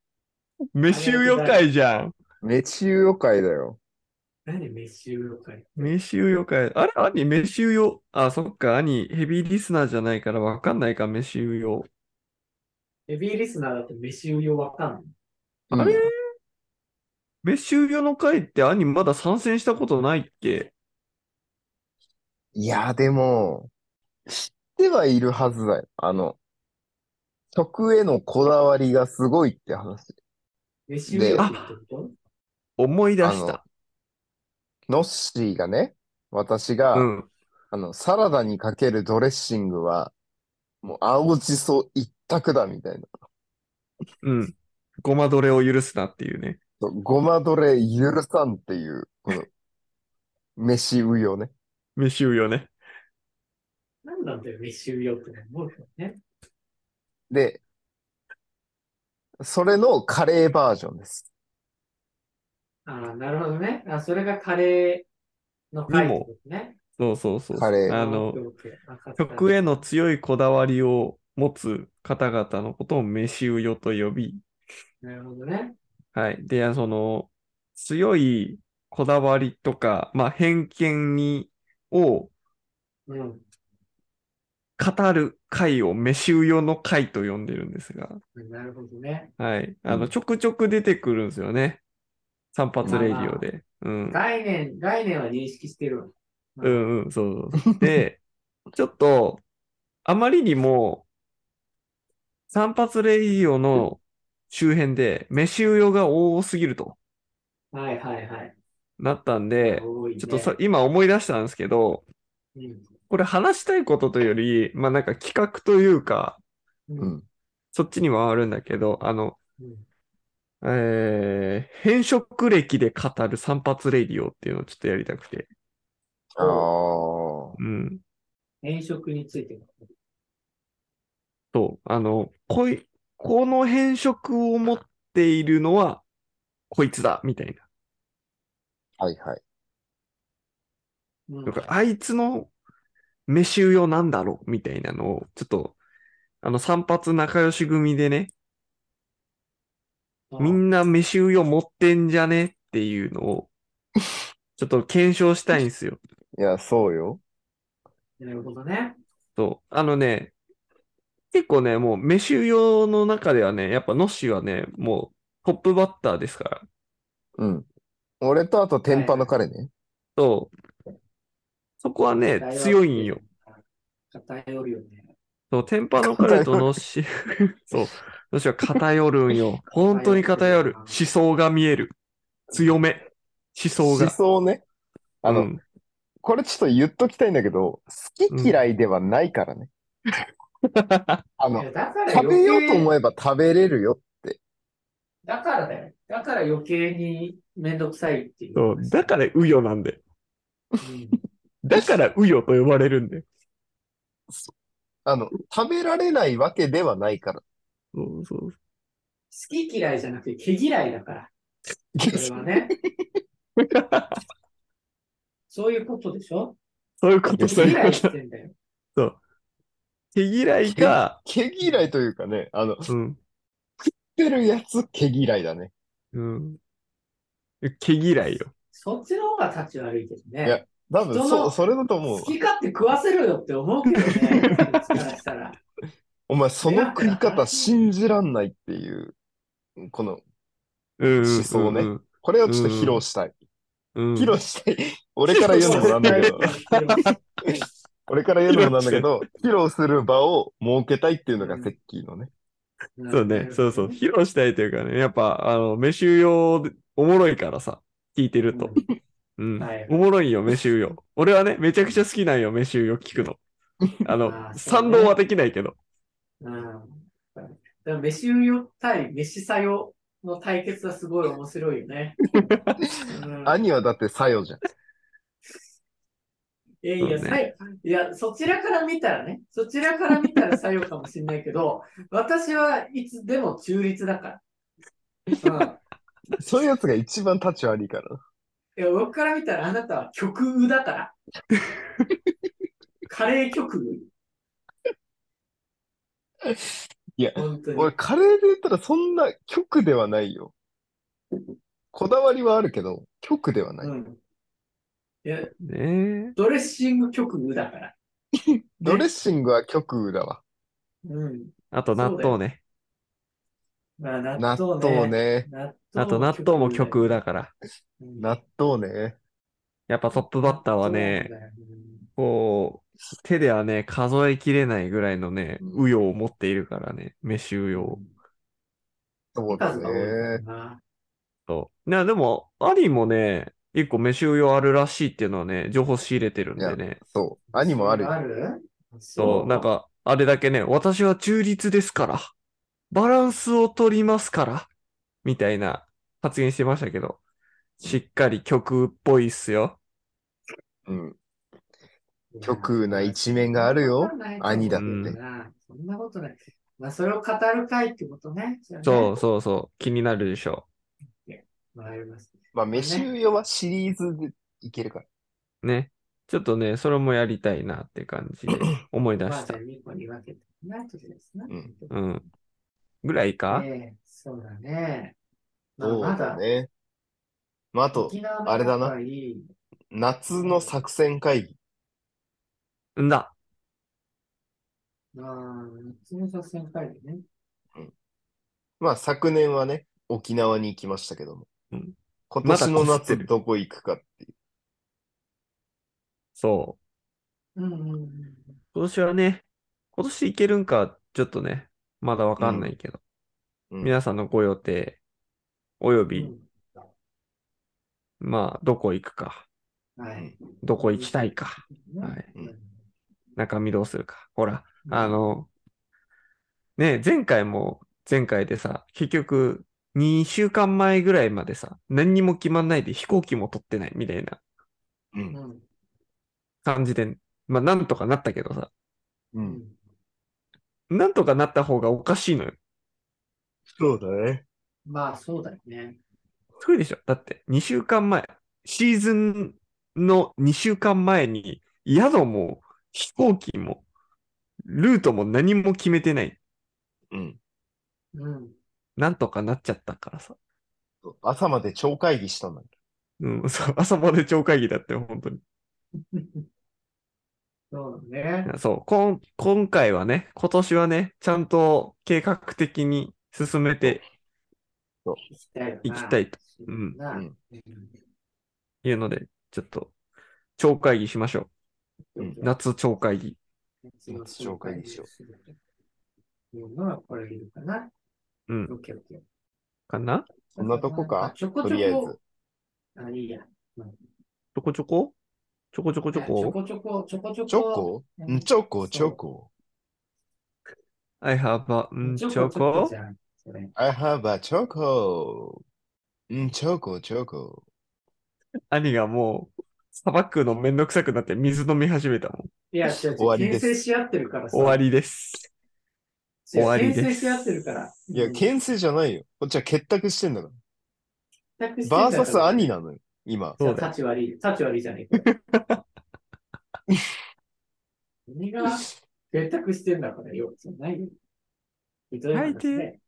S2: 飯予会じゃん。
S1: めちゅうよ会だよ。
S3: 何メッシュ了解。
S2: メシウヨかい。あれ、兄、メシウヨ。あ、そっか、兄、ヘビーリスナーじゃないからわかんないか、メシウヨ。
S3: ヘビーリスナーだとメシウヨわかんない。
S2: あれメシウヨの回って、兄、まだ参戦したことないっけ
S1: いや、でも、知ってはいるはずだよ。あの、食へのこだわりがすごいって話。
S3: メシウヨってこ
S2: 思い出し
S1: あ
S2: た。
S1: ノッシーがね、私が、
S2: うん。
S1: あの、サラダにかけるドレッシングは、もう青じそ一択だみたいな。
S2: うん。ごまどれを許すなっていうね。
S1: そうごまどれ許さんっていう、この、飯うよね。
S2: メシウヨね。
S3: と何なんだよ、メシウヨって思うよね。
S1: で、それのカレーバージョンです。
S3: ああ、なるほどね。あ、それがカレーの回
S2: にも
S3: ってことね。
S2: そうそうそう。
S1: カレー
S2: あの
S3: オッケ、ーオッケーわかった
S2: 食への強いこだわりを持つ方々のことをメシウヨと呼び、
S3: なるほどね。
S2: はい。で、その、強いこだわりとか、まあ、偏見に、を
S3: うん。
S2: 語る回をメシウヨの回と呼んでるんですが、
S3: なるほどね。
S2: はい。あ
S1: う
S2: の、
S1: ん
S2: ちょくちょく出てくるんですよね。散髪レイディオで。うん。
S3: 概念、概念は認識してるわ。まあ
S2: うんうん、そうそうそう。で、ちょっと、あまりにも、散髪レイディオの周辺で、飯ウヨが多すぎると
S3: はいはいはい。
S2: なったんで、
S3: 多いね
S2: ちょっとさ、今思い出したんですけど、
S3: うん
S2: これ話したいことというより、まあなんか企画というか、
S3: う。
S1: うんん。
S2: そっちにはあるんだけど、あの、
S3: うん
S2: えー、変色歴で語る散髪レイディオっていうのをちょっとやりたくて。
S1: ああ。
S2: うん。
S3: 変色についても。
S2: そう、あの、こい、この変色を持っているのは、こいつだ、みたい
S1: はいはい。
S3: う
S2: な。
S3: ん
S2: なんか、あいつの飯ウヨなんだろう、みたいなのを、ちょっと、あの、散髪仲良し組でね、みんな飯ウヨ持ってんじゃねっていうのを、ちょっと検証したいんですよ。
S1: いや、そうよ。
S3: なるほどね。
S2: そう。あのね、結構ね、もう飯ウヨの中ではね、やっぱノッシーはね、もうトップバッターですから。
S1: うん。俺とあと天パの彼ね。
S2: そう。そこはね、強いんよ。。
S3: 偏るよね。
S2: そう、テンパの彼とのし、そう、のしは偏るんよ。本当に偏る。思想が見える。強め。思想
S1: 思
S2: が。
S1: 想ね。あの、
S2: うん
S1: これちょっと言っときたいんだけど、好き嫌いではないから ね。あ
S3: い
S1: の
S3: や、だから
S1: 食べようと
S3: 余計
S1: 思えば食べれるよ。
S3: だからだよ。だから余計にめんどくさいっていう。
S2: そう、だから、うよなんで。
S3: うん
S2: だから、うよと呼ばれるんで。
S1: あの、食べられないわけではない から。
S2: そうそう。
S3: 好き嫌いじゃなくて毛嫌いだから。それはね。そういうことでしょ
S2: そういうこと、
S1: や
S2: そう
S3: 毛
S2: いう
S3: 嫌
S2: こ
S3: いし
S2: と。
S3: てんだよ。
S2: 毛嫌いか、
S1: 毛嫌いというかね、あの、食っ
S2: うん、
S1: てるやつ毛嫌いだね。
S2: うん。毛嫌いよ。
S3: そっちの方が立ち悪いけど
S1: いや
S3: ね。
S1: 多分、
S3: 人
S1: そ
S3: の
S1: う、それだと思う
S3: 好。き勝手食わせろよって思うけどね。こっちからしたら。
S1: お前、その食い
S3: いやい
S1: 方
S3: や
S1: 信じらんないっていう、この、
S2: うん、うん。
S1: 思想ね
S2: うん
S1: これをちょっと披露したい。
S2: うん。
S1: 披露したい。俺から言うのもなんだけど、俺から言うのもなんだけど、披露する場を設けたいっていうのがセッキーのね。
S2: そうね、そうそう、披露したいというかね、やっぱ、あの、飯用おもろいからさ、聞いてると。うん。
S3: はい
S2: おもろいよ、飯用。俺はね、めちゃくちゃ好きなんよ、飯用聞くの。あの、
S3: あーそう
S2: 賛
S3: ね
S2: 同はできないけど。
S3: うん。だから飯運用対飯作用の対決はすごい面白い よね。うん
S1: 兄はだって作用じゃん。
S3: いやいや、
S2: そうね
S3: さよいや、そちらから見たらね、そちらから見たら作用かもしれないけど、私はいつでも中立だから。
S1: そういうやつが一番立ち悪いから。
S3: うん、いや僕から見たらあなたは極右だから。カレー極右。
S1: いや
S3: 本当に。
S1: 俺、カレーで言ったらそんな極ではないよ。こだわりはあるけど、極ではない。
S3: うん、いや、
S2: ね
S3: ドレッシング局部だから。
S1: ドレッシングは極右だわ。
S3: うん。
S2: あと納豆ね。
S3: まあ、納
S1: 納
S3: 豆
S1: 豆
S3: ね。
S1: ね。
S3: 納豆
S2: あと納豆も
S3: 極
S2: 極右だから。
S3: 右だよ。
S1: 納豆ね。
S2: やっぱトップバッターはね、
S3: 納豆だよ
S2: こう、手ではね、数えきれないぐらいのね、
S1: うん
S2: 右様を持っているからね、飯右様。
S1: そうだ
S3: 数が多いから
S1: ね。
S3: な
S2: そう。ね、でも、アリもね、一個飯右様あるらしいっていうのはね、情報仕入れてるんでね。
S1: そう。兄もあるよ
S3: ある
S2: そう、なん、か、あれだけね、私は中立ですから、バランスを取りますから、みたいな発言してましたけど、しっかり曲っぽいっすよ。
S1: うん。極右な一面があるよ兄だ
S2: って
S3: そんなことない。まあ、それを語る会ってことね。じゃあね
S2: そうそうそう、気になるでしょ
S3: わかります。
S1: まあ、飯湯用はシリーズでいけるから。
S2: う。ね。ちょっとね、それもやりたいなって感じで思い出
S3: まあ、
S2: し
S3: じ
S2: た
S3: ゃあ。2個に分けて。なんとですね。
S1: うん
S2: うん。ぐらいか、
S3: ええそうだね。まあ、
S1: そう
S3: ま
S1: だ
S3: だ、
S1: ね。まあ、あと、
S3: 沖縄の
S1: あれだな
S3: 方がいい
S1: 夏の作戦会議。
S2: んだ。
S3: まあ、夏の作戦会議ね。
S1: まあ、昨年はね、沖縄に行きましたけども
S2: うん。
S1: 今
S2: まだ
S1: 年の
S2: こすって
S1: 夏
S2: る
S1: どこ行くかっていう。
S2: そう。
S3: うんうんうん。
S2: 今年はね、今年行けるんか、ちょっとね、まだわかんないけど、
S1: うん
S2: 皆さんのご予定、およ
S3: う
S2: び、
S3: ん
S2: まあ、どこ行くか、
S3: はい。
S2: どこ行きたいか、はい
S3: うん
S2: 中身どうするか。ほら、あ、の、ね、前回も、前回でさ、結局、2週間前ぐらいまでさ、何にも決まんないで飛行機も取ってないみたいな
S1: う。
S3: うんん
S2: 感じで、まあ、なんとかなったけどさ、
S1: う
S3: うん
S1: ん。
S2: なんとかなった方がおかしいのよ。
S1: そうだね。
S3: まあ、そうだよね。
S2: すごいでしょ。だって、2週間前、シーズンの2週間前に、宿も飛行機も、ルートも何も決めてない。
S1: うん。
S3: うん。
S2: なんとかなっちゃったからさ。
S1: 朝まで超会議したんだけ
S2: うん、 そう、朝まで超会議だって、本当に。
S3: そうだね。
S2: そう、こん、今回はね、今年はね、ちゃんと計画的に進めて
S3: 行きたいよな。
S2: いきたいとうん
S3: な
S1: うん
S2: いるので、ちょっと、超会議しましょ
S1: う
S2: う。夏超会議。
S1: 夏紹介でしょ
S3: う。いうのはこれいるかな。
S2: うん、
S3: オッケーオッケー。
S2: かな
S1: そんなとこか
S3: ちょこ
S1: と
S3: ち
S1: りあえ
S3: ょこ
S1: ず。。
S3: あ、いいや。
S2: ちょこちょこちょこちょこちょ
S3: いや
S2: こ
S3: ちょこちょこ、ちょこちょこ。
S1: チョコ
S3: うん
S1: んチョコ、チ
S3: そう
S1: ョコ。
S2: ?I have a, ん
S3: ち
S2: チ
S3: ょ
S2: ョ
S3: こちょこ
S2: コ
S3: じゃんそれ
S1: I have a チョコ。んチョコ、チョコ。
S2: 兄がもう、砂漠のめんどくさくなって水飲み始めたもん。
S3: いや、違う違う
S1: 終わりで
S3: 牽
S1: す
S3: 制し合ってるからさ。
S2: 終わりです。終わりです
S3: 牽制し合ってるから。
S1: いや、牽制じゃないよ。こっちは結託してんだから。
S3: 制
S1: バーサス兄なのよ、今。
S2: そうだよ
S3: 立ち悪い。立ち悪いじゃねえか。 何が選択してんだからよ。そうないよ。ひどい話ね。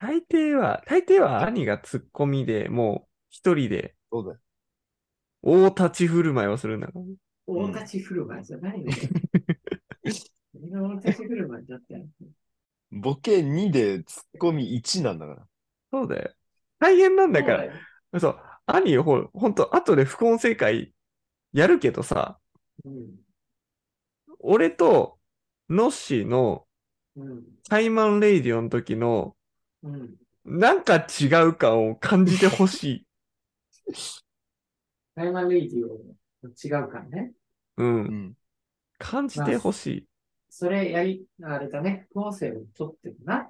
S2: 大抵は、大抵は兄がツッコミでもう一人で
S1: そうだよ。
S2: 大立ち振る舞いをするんだから。
S3: 大立ち振る舞いじゃないのよ。何が大立ち振る舞いだって。
S1: ボケ2でツッコミ1なんだから。
S2: そうだよ。大変なんだか
S3: そう
S2: ら。そう兄ほ、ほんと、後で副音声会やるけどさ、
S3: よ。
S2: 俺とノッシーの
S3: うん。
S2: タイマンレイディオの時の
S3: うん。うん。
S2: なんか違う感を感じてほしい。
S3: タイマンレイディオ違うからね。
S2: う。
S1: うんん。
S2: 感じてほしい。
S3: それやり、あれだね。構成を取ってるな。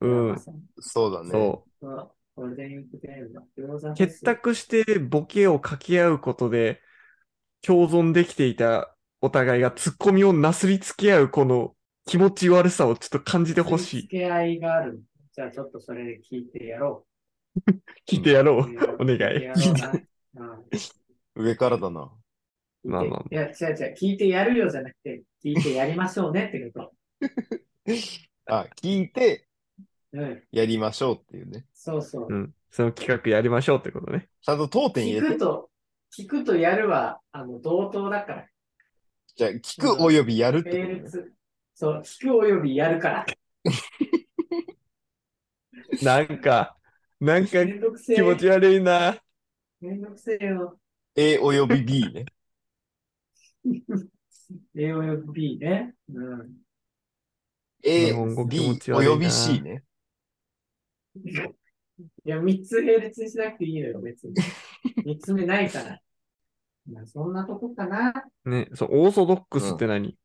S2: うん。
S3: さん
S1: そうだね。
S2: そう。
S3: とゴールデンウィークテーマ。餃子フェス
S2: 結託してボケを掛け合うことで共存できていたお互いがツッコミをなすりつけ合うこの気持ち悪さをちょっと感じて ほし
S3: 付け合いがある。じゃあちょっとそれで聞いてやろ
S2: い。聞いてやろ
S3: う。
S2: う。お願い
S3: 聞てやろうなうん
S1: 上からだな。
S2: まあまあ
S3: いや、違う違う。聞いてやるよじゃなくて、聞いてやりましょうねってこと。
S1: あ、聞いて
S3: うん。
S1: やりましょうっていうね。
S3: そうそう
S2: う。ん。その企画やりましょうってことね。
S1: ちゃんと当店入
S3: 聞
S1: れ
S3: く
S1: て。
S3: と、聞くとやるは、あの、同等だから。
S1: じゃあ、聞くおよびやるって
S3: 並
S1: ことね
S3: 列。そう、聞くおよびやるから。
S2: なんか、なんか
S3: めんどくせえ。
S2: 気持ち悪いな。
S3: めんどくせえよ。
S1: A および B ね。
S3: A および B ね。うん。
S1: A
S2: 日本語、気持
S1: B
S2: ち
S1: お
S2: 悪いな
S1: よび C ね。
S3: いや、三つ並列にしなくていいのよ、別に。三つ目ないから。まあ、そんなとこかな。
S2: ね、そう、オーソドックスって何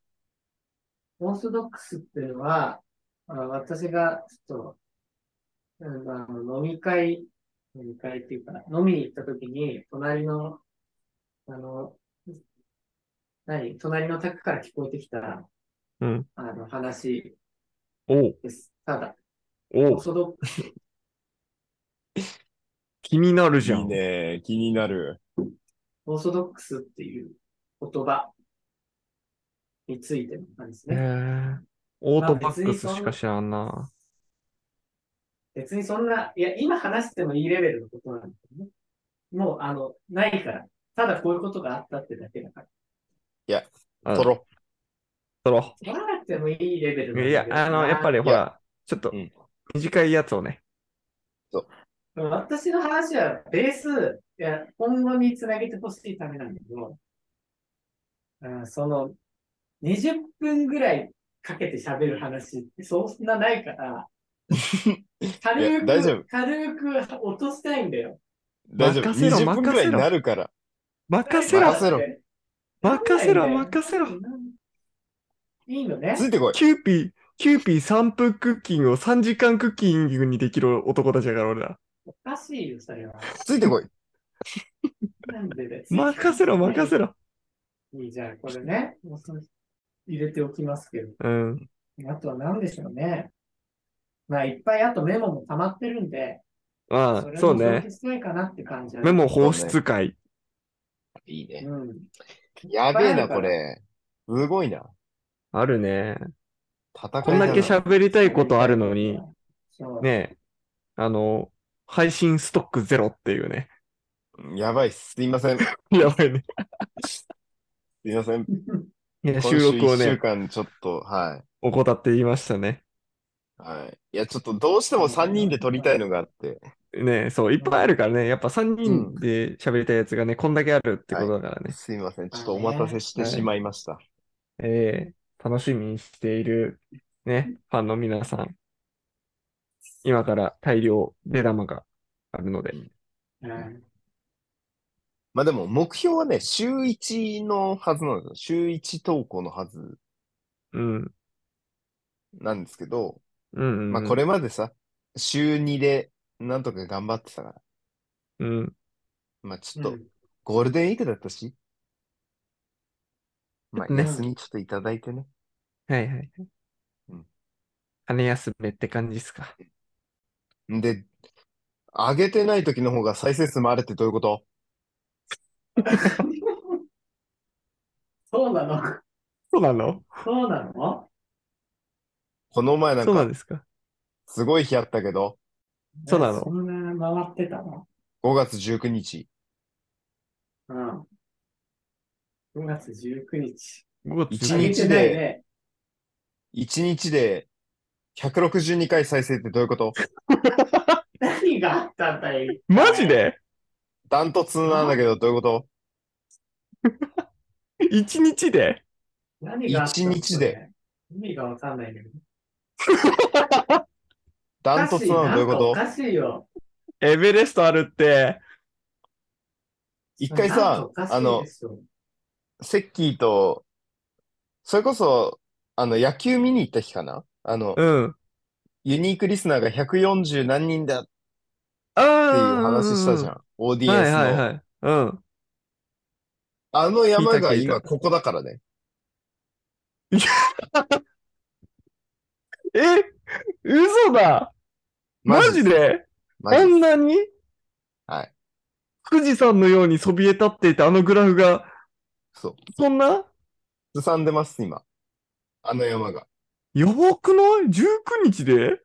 S3: オーソドックスっていうのは、あ私がちょっと、うんまあ、飲み会、飲み会っていうか、飲みに行った時に、隣の、あの、何、隣の宅から聞こえてきた、
S2: うん。
S3: あの話
S2: おう、
S3: です。ただ、オ
S2: お
S3: ー
S2: う、
S3: ソドックス、
S2: 気になるじゃ
S1: いい
S2: ん。
S1: ね。気になる。
S3: オーソドックスっていう言葉についての話です
S2: へ
S3: ね。
S2: えオートバックスしか知らんな。
S3: 別にそんな、いや、今話してもいいレベルのことなんだけどね。もう、あの、ないから。ただこういうことがあったってだけだから。
S2: うん
S1: とろ。
S2: 取ろ
S3: 取らなくてもいいレベル
S2: う。
S3: なん
S2: い
S3: だ
S2: や
S3: け、ど
S2: あの、やっぱりほ
S1: い
S2: ら、ちょっと
S1: うん
S2: 短いやつをね。
S3: 私の話は、ベース、いや、今後につなげてほしいためなんだけど、うん、その、20分ぐらいかけて喋る話ってそんなない から、軽
S1: 大丈
S3: く、
S1: 夫
S3: 軽く落としたいんだよ。
S1: 大丈夫。
S2: 任せろ
S1: 20分くらいになるから。
S2: 任せろ
S1: 任せろ
S2: 任せろ
S3: なんだよ
S2: 任せろ
S3: いいのね
S1: つ。いてこい。
S2: キューピー、キューピー3分クッキングを3時間クッキングにできる男たちだから俺ら。
S3: おかしいよ、それは。
S1: ついてこ い。
S3: なんでだよ
S2: 任せろ、任せろ。
S3: いいじゃん、これね。もうそれ入れておきますけど。
S2: うん。
S3: あとは何でしょうね。まあ、いっぱいあとメモも溜まってるんで、
S2: ま
S3: そ
S2: あ、
S3: れ
S2: そう
S3: も消
S2: ね。
S3: 費したいかなって感じだね
S2: メモ放出会。
S1: いいね。
S3: うん。
S1: やべえ
S3: いっ
S1: な、
S3: ぱいあ
S1: こ
S3: るから。
S1: れ。すごいな。
S2: あるね。
S1: 戦い
S2: こんだけ
S1: ゃ
S2: 喋りたいことあるのに、
S3: そう。
S2: ね、あの、配信ストックゼロっていうね。
S1: やばいっす。すいません。す
S2: やばいね。
S1: いません。
S2: いや、
S1: 今
S2: 収録
S1: 週1
S2: を
S1: 週
S2: ね、
S1: 間ちょっと、はい。
S2: 怠って言いましたね。
S1: はい。いや、ちょっとどうしても3人で撮りたいのがあって。
S2: ね、そう、いっぱいあるからね、やっぱ3人で喋りたいやつがね、こんだけあるってことだからね。
S1: すいません。ちょっとお待たせしてしまいました。
S2: えー楽しみにしている、ね、ファンの皆さん、今から大量出玉があるので、
S3: うん
S1: まあでも、目標はね、週1のはずなんですよ。週1投稿のはず
S2: うん、
S1: なんですけど、
S2: うん、うん
S1: まあこれまでさ、週2でなんとか頑張ってたから。
S2: うん、
S1: まあちょっと、ゴールデンウィークだったし。まあ
S2: ね
S1: 休みちょっといただいてね。
S2: はいはい
S1: うん。
S2: 羽休めって感じですか。
S1: んで、上げてない時の方が再生数もあるってどういうこと
S3: そうなの
S2: そうなの
S3: そうなの
S1: この前なん
S2: そうなん
S1: か、
S2: ですか。
S1: すごい日あったけど、
S2: そうなの
S3: そんな回ってたの
S1: 5月19日。
S3: うん。5月19日。
S2: 5月
S1: 一日
S2: 19
S3: 上げてないね。
S1: 1日で162回再生ってどういうこと
S3: 何があったんだい
S2: マジで
S1: ダントツなんだけ どどういうこと
S2: ?1 日で
S3: 何があった
S1: 一日で。
S3: それ意味がわかんないけど。
S1: ダントツなのどういうこと
S3: おかしいよ。
S2: エベレストあるって、
S1: 一回さ、あの、セッキーと、それこそ、あの、野球見に行った日かなあの、
S2: うん。
S1: ユニークリスナーが140何人だって
S2: あ
S1: い
S2: あ
S1: う話したじゃ
S2: ん。
S1: ん。オーディ
S2: は
S1: エン
S2: い
S1: スの。
S2: はいはい。うん。
S1: あの山が
S2: 聞いた聞い
S1: 今
S2: た
S1: ここだからね。
S2: え嘘だマジで
S1: マ
S2: こ
S1: ジ
S2: んなに
S1: はい。
S2: 富士山のようにそびえ立っていたあのグラフが、
S1: そう。
S2: そんな
S1: すさんでます、今。あの山が。
S2: やばくない ?19 日で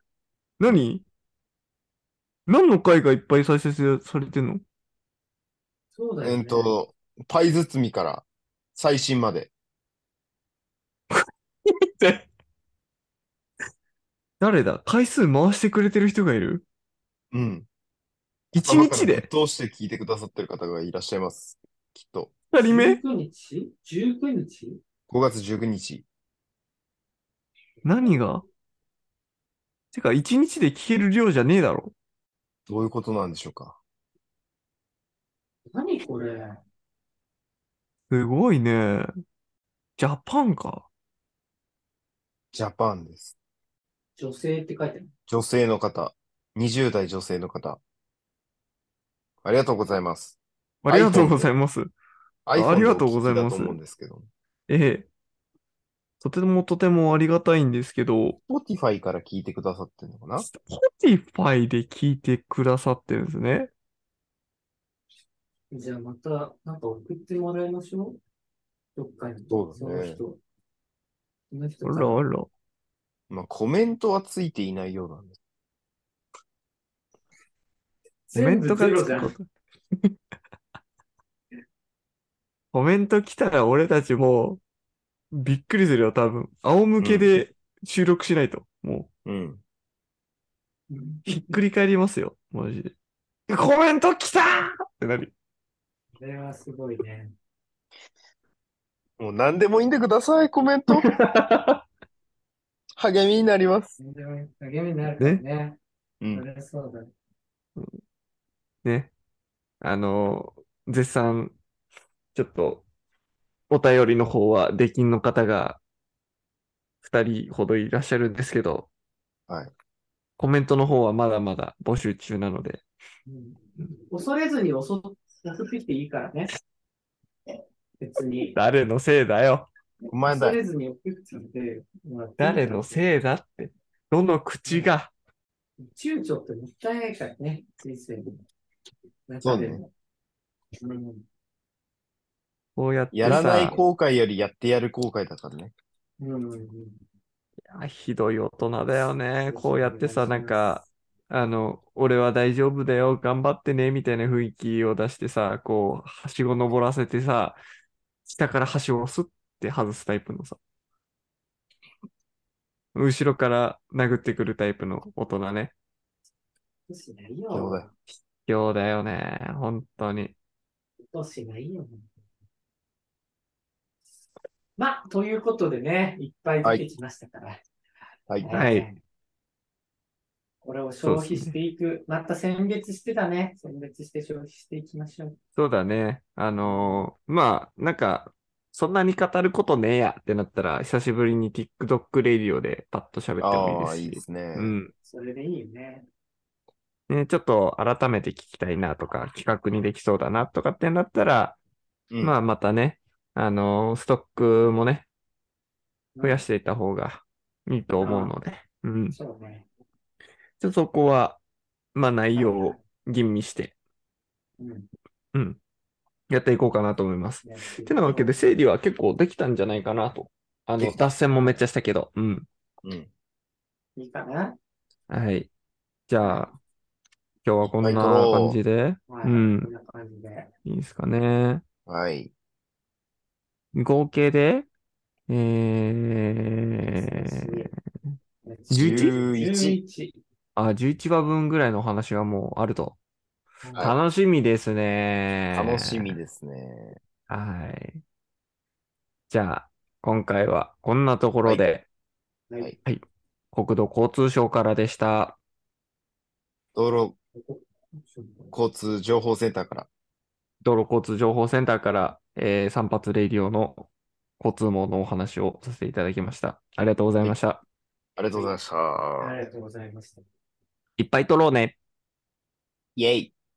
S2: 何何の回がいっぱい再生されてんの
S3: そうだよ
S1: え
S3: ね。
S1: っと、パイ包みから最新まで。
S2: 誰だ回数回してくれてる人がいる
S1: うん。
S2: 一日で
S1: どうして聞いてくださってる方がいらっしゃいます。きっと。
S2: 二人目
S3: ?19 日 ?19 日
S1: 5月19日。
S2: 何がてか、一日で聞ける量じゃねえだろ。
S1: どういうことなんでしょうか。
S3: 何これ
S2: すごいね。ジャパンか。
S1: ジャパンです。
S3: 女性って書いてある。
S1: 女性の方。20代女性の方。ありがとうございます。
S2: ありがとうございます。
S1: iPhone
S2: ありがとうござい
S1: でお聞き
S2: ます
S1: だと思うんですけど。
S2: ええ。とてもとてもありがたいんですけど、
S1: Spotify から聞いてくださってるのかな
S2: Spotify で聞いてくださってるんですね。
S3: じゃあまた、なんか送ってもらいましょう。どっかに。
S1: そうだ
S3: の
S1: ね
S3: 人。その人
S2: あ
S3: から
S2: らあら。
S1: まあ、コメントはついていないようなんです。
S2: コメ
S3: 全
S2: ント
S3: 部
S2: が
S3: ゼロ
S2: つ
S3: じゃ
S2: くこと。
S3: ん。
S2: コメント来たら俺たちもうびっくりするよ、多分。仰向けで収録しないと。も
S1: うん。
S3: うん
S2: うひっくり返りますよ、マジで。コメント来たーってなる。
S3: これはすごいね。
S1: もう何でもいいんでください、コメン ト。励みになります。
S3: 全然励みになるからね。
S1: う
S3: そ
S1: ん。
S3: れはそうだね。
S2: ね。あの、絶賛、ちょっと、お便りの方は、出禁の方が、二人ほどいらっしゃるんですけど、
S1: はい。
S2: コメントの方はまだまだ募集中なので、
S3: うん恐れずに襲ってきていいからね。別に。
S2: 誰のせいだよ。
S1: お前だ
S3: 恐。れずに送ってもらっていいから
S2: 誰のせいだって。どの口が。
S3: 躊躇ってもったいないからね、人生の
S1: そ
S3: 中
S1: う
S3: で
S1: ね
S3: も。うん
S2: こうやって
S1: やらない
S2: さ、
S1: 後悔よりやってやる後悔だからね。
S3: うんうんうん
S2: あひどい大人だよね。こうやってさ、
S3: お願
S2: ない
S3: しま
S2: んか、
S3: す
S2: あの、俺は大丈夫だよ、頑張ってね、みたいな雰囲気を出してさ、こう、はしご登らせてさ、下からはしごをスッて外すタイプのさ、後ろから殴ってくるタイプの大人ね。
S3: 落としない
S1: そうだ
S3: よ
S1: よ。
S2: 今日だよね、本当に。
S3: 落としないよ。まあ、ということでね、いっぱい出てきましたから。
S1: はい。
S2: はい
S3: これを消費していく。また選別してたね。選別して消費していきましょう。
S2: そうだね。あのーまあ、なんか、そんなに語ることねえやってなったら、久しぶりに TikTok レディオでパッと喋ってもいい
S1: あ
S2: で
S1: あ、
S2: す
S1: いい
S2: し。
S1: ですね
S2: う。ん。
S3: それでいいよね。
S2: ね、ちょっと改めて聞きたいなとか、企画にできそうだなとかってなったら、
S1: うん
S2: まあ、またね、あのーストックもね、増やしていった方がいいと思うので、うん。ち
S3: そうね。
S2: ょっとそこは、まあ、内容を吟味して
S3: うん。
S2: やっていこうかなと思います。
S3: やっていこう
S2: てなわけで、整理は結構できたんじゃないかなと。あ
S1: で
S2: の、
S1: きた
S2: 脱線もめっちゃしたけど、うん。
S1: うん。
S3: いいかな。
S2: はい。じゃあ、今日はこん
S1: いっ
S2: な
S1: ぱい撮ろう
S2: 感じで、
S3: はい。
S2: うん
S3: こんな感じで。
S2: いいですかね。
S1: はい。
S2: 合計で、え
S3: そう
S2: ー、
S3: そう
S2: 11
S1: 11。
S3: 11。
S2: あ、11話分ぐらいのお話がもうあると。
S1: はい
S2: 楽しみですね。
S1: 楽しみ。ですね。
S2: はい。じゃあ、今回はこんなところで、
S3: はい
S1: はい
S2: 国土交通省からでした。
S1: 道路交通情報センターから。
S2: 道路交通情報センターから、えー、散髪レイディオの交通網のお話をさせていただきました。ありがとうございました。
S1: ありがとうございました。
S3: ありがとうございました。
S2: いっぱい撮ろうね。
S1: イェイ。